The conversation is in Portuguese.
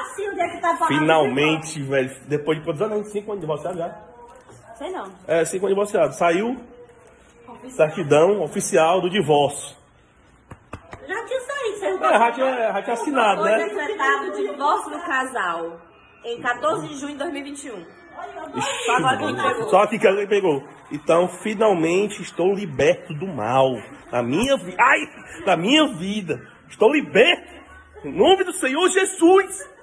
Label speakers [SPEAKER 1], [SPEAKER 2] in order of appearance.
[SPEAKER 1] assim, onde é que tá parado?
[SPEAKER 2] Finalmente, velho. Depois de quantos anos? Né? Cinco anos divorciado já.
[SPEAKER 1] Sei não.
[SPEAKER 2] É, cinco anos divorciado. Saiu Tá. certidão oficial do divórcio.
[SPEAKER 1] Já tinha saído, você não é
[SPEAKER 2] É, já tinha, já tinha assinado,
[SPEAKER 3] Foi
[SPEAKER 2] né?
[SPEAKER 3] decretado o divórcio do casal em 14 de junho de 2021.
[SPEAKER 2] Ixi,
[SPEAKER 3] Só agora que ele pegou.
[SPEAKER 2] Só que ele pegou. Então, finalmente, estou liberto do mal. Na minha vida. Ai! Na minha vida. Estou liberto. Em nome do Senhor Jesus.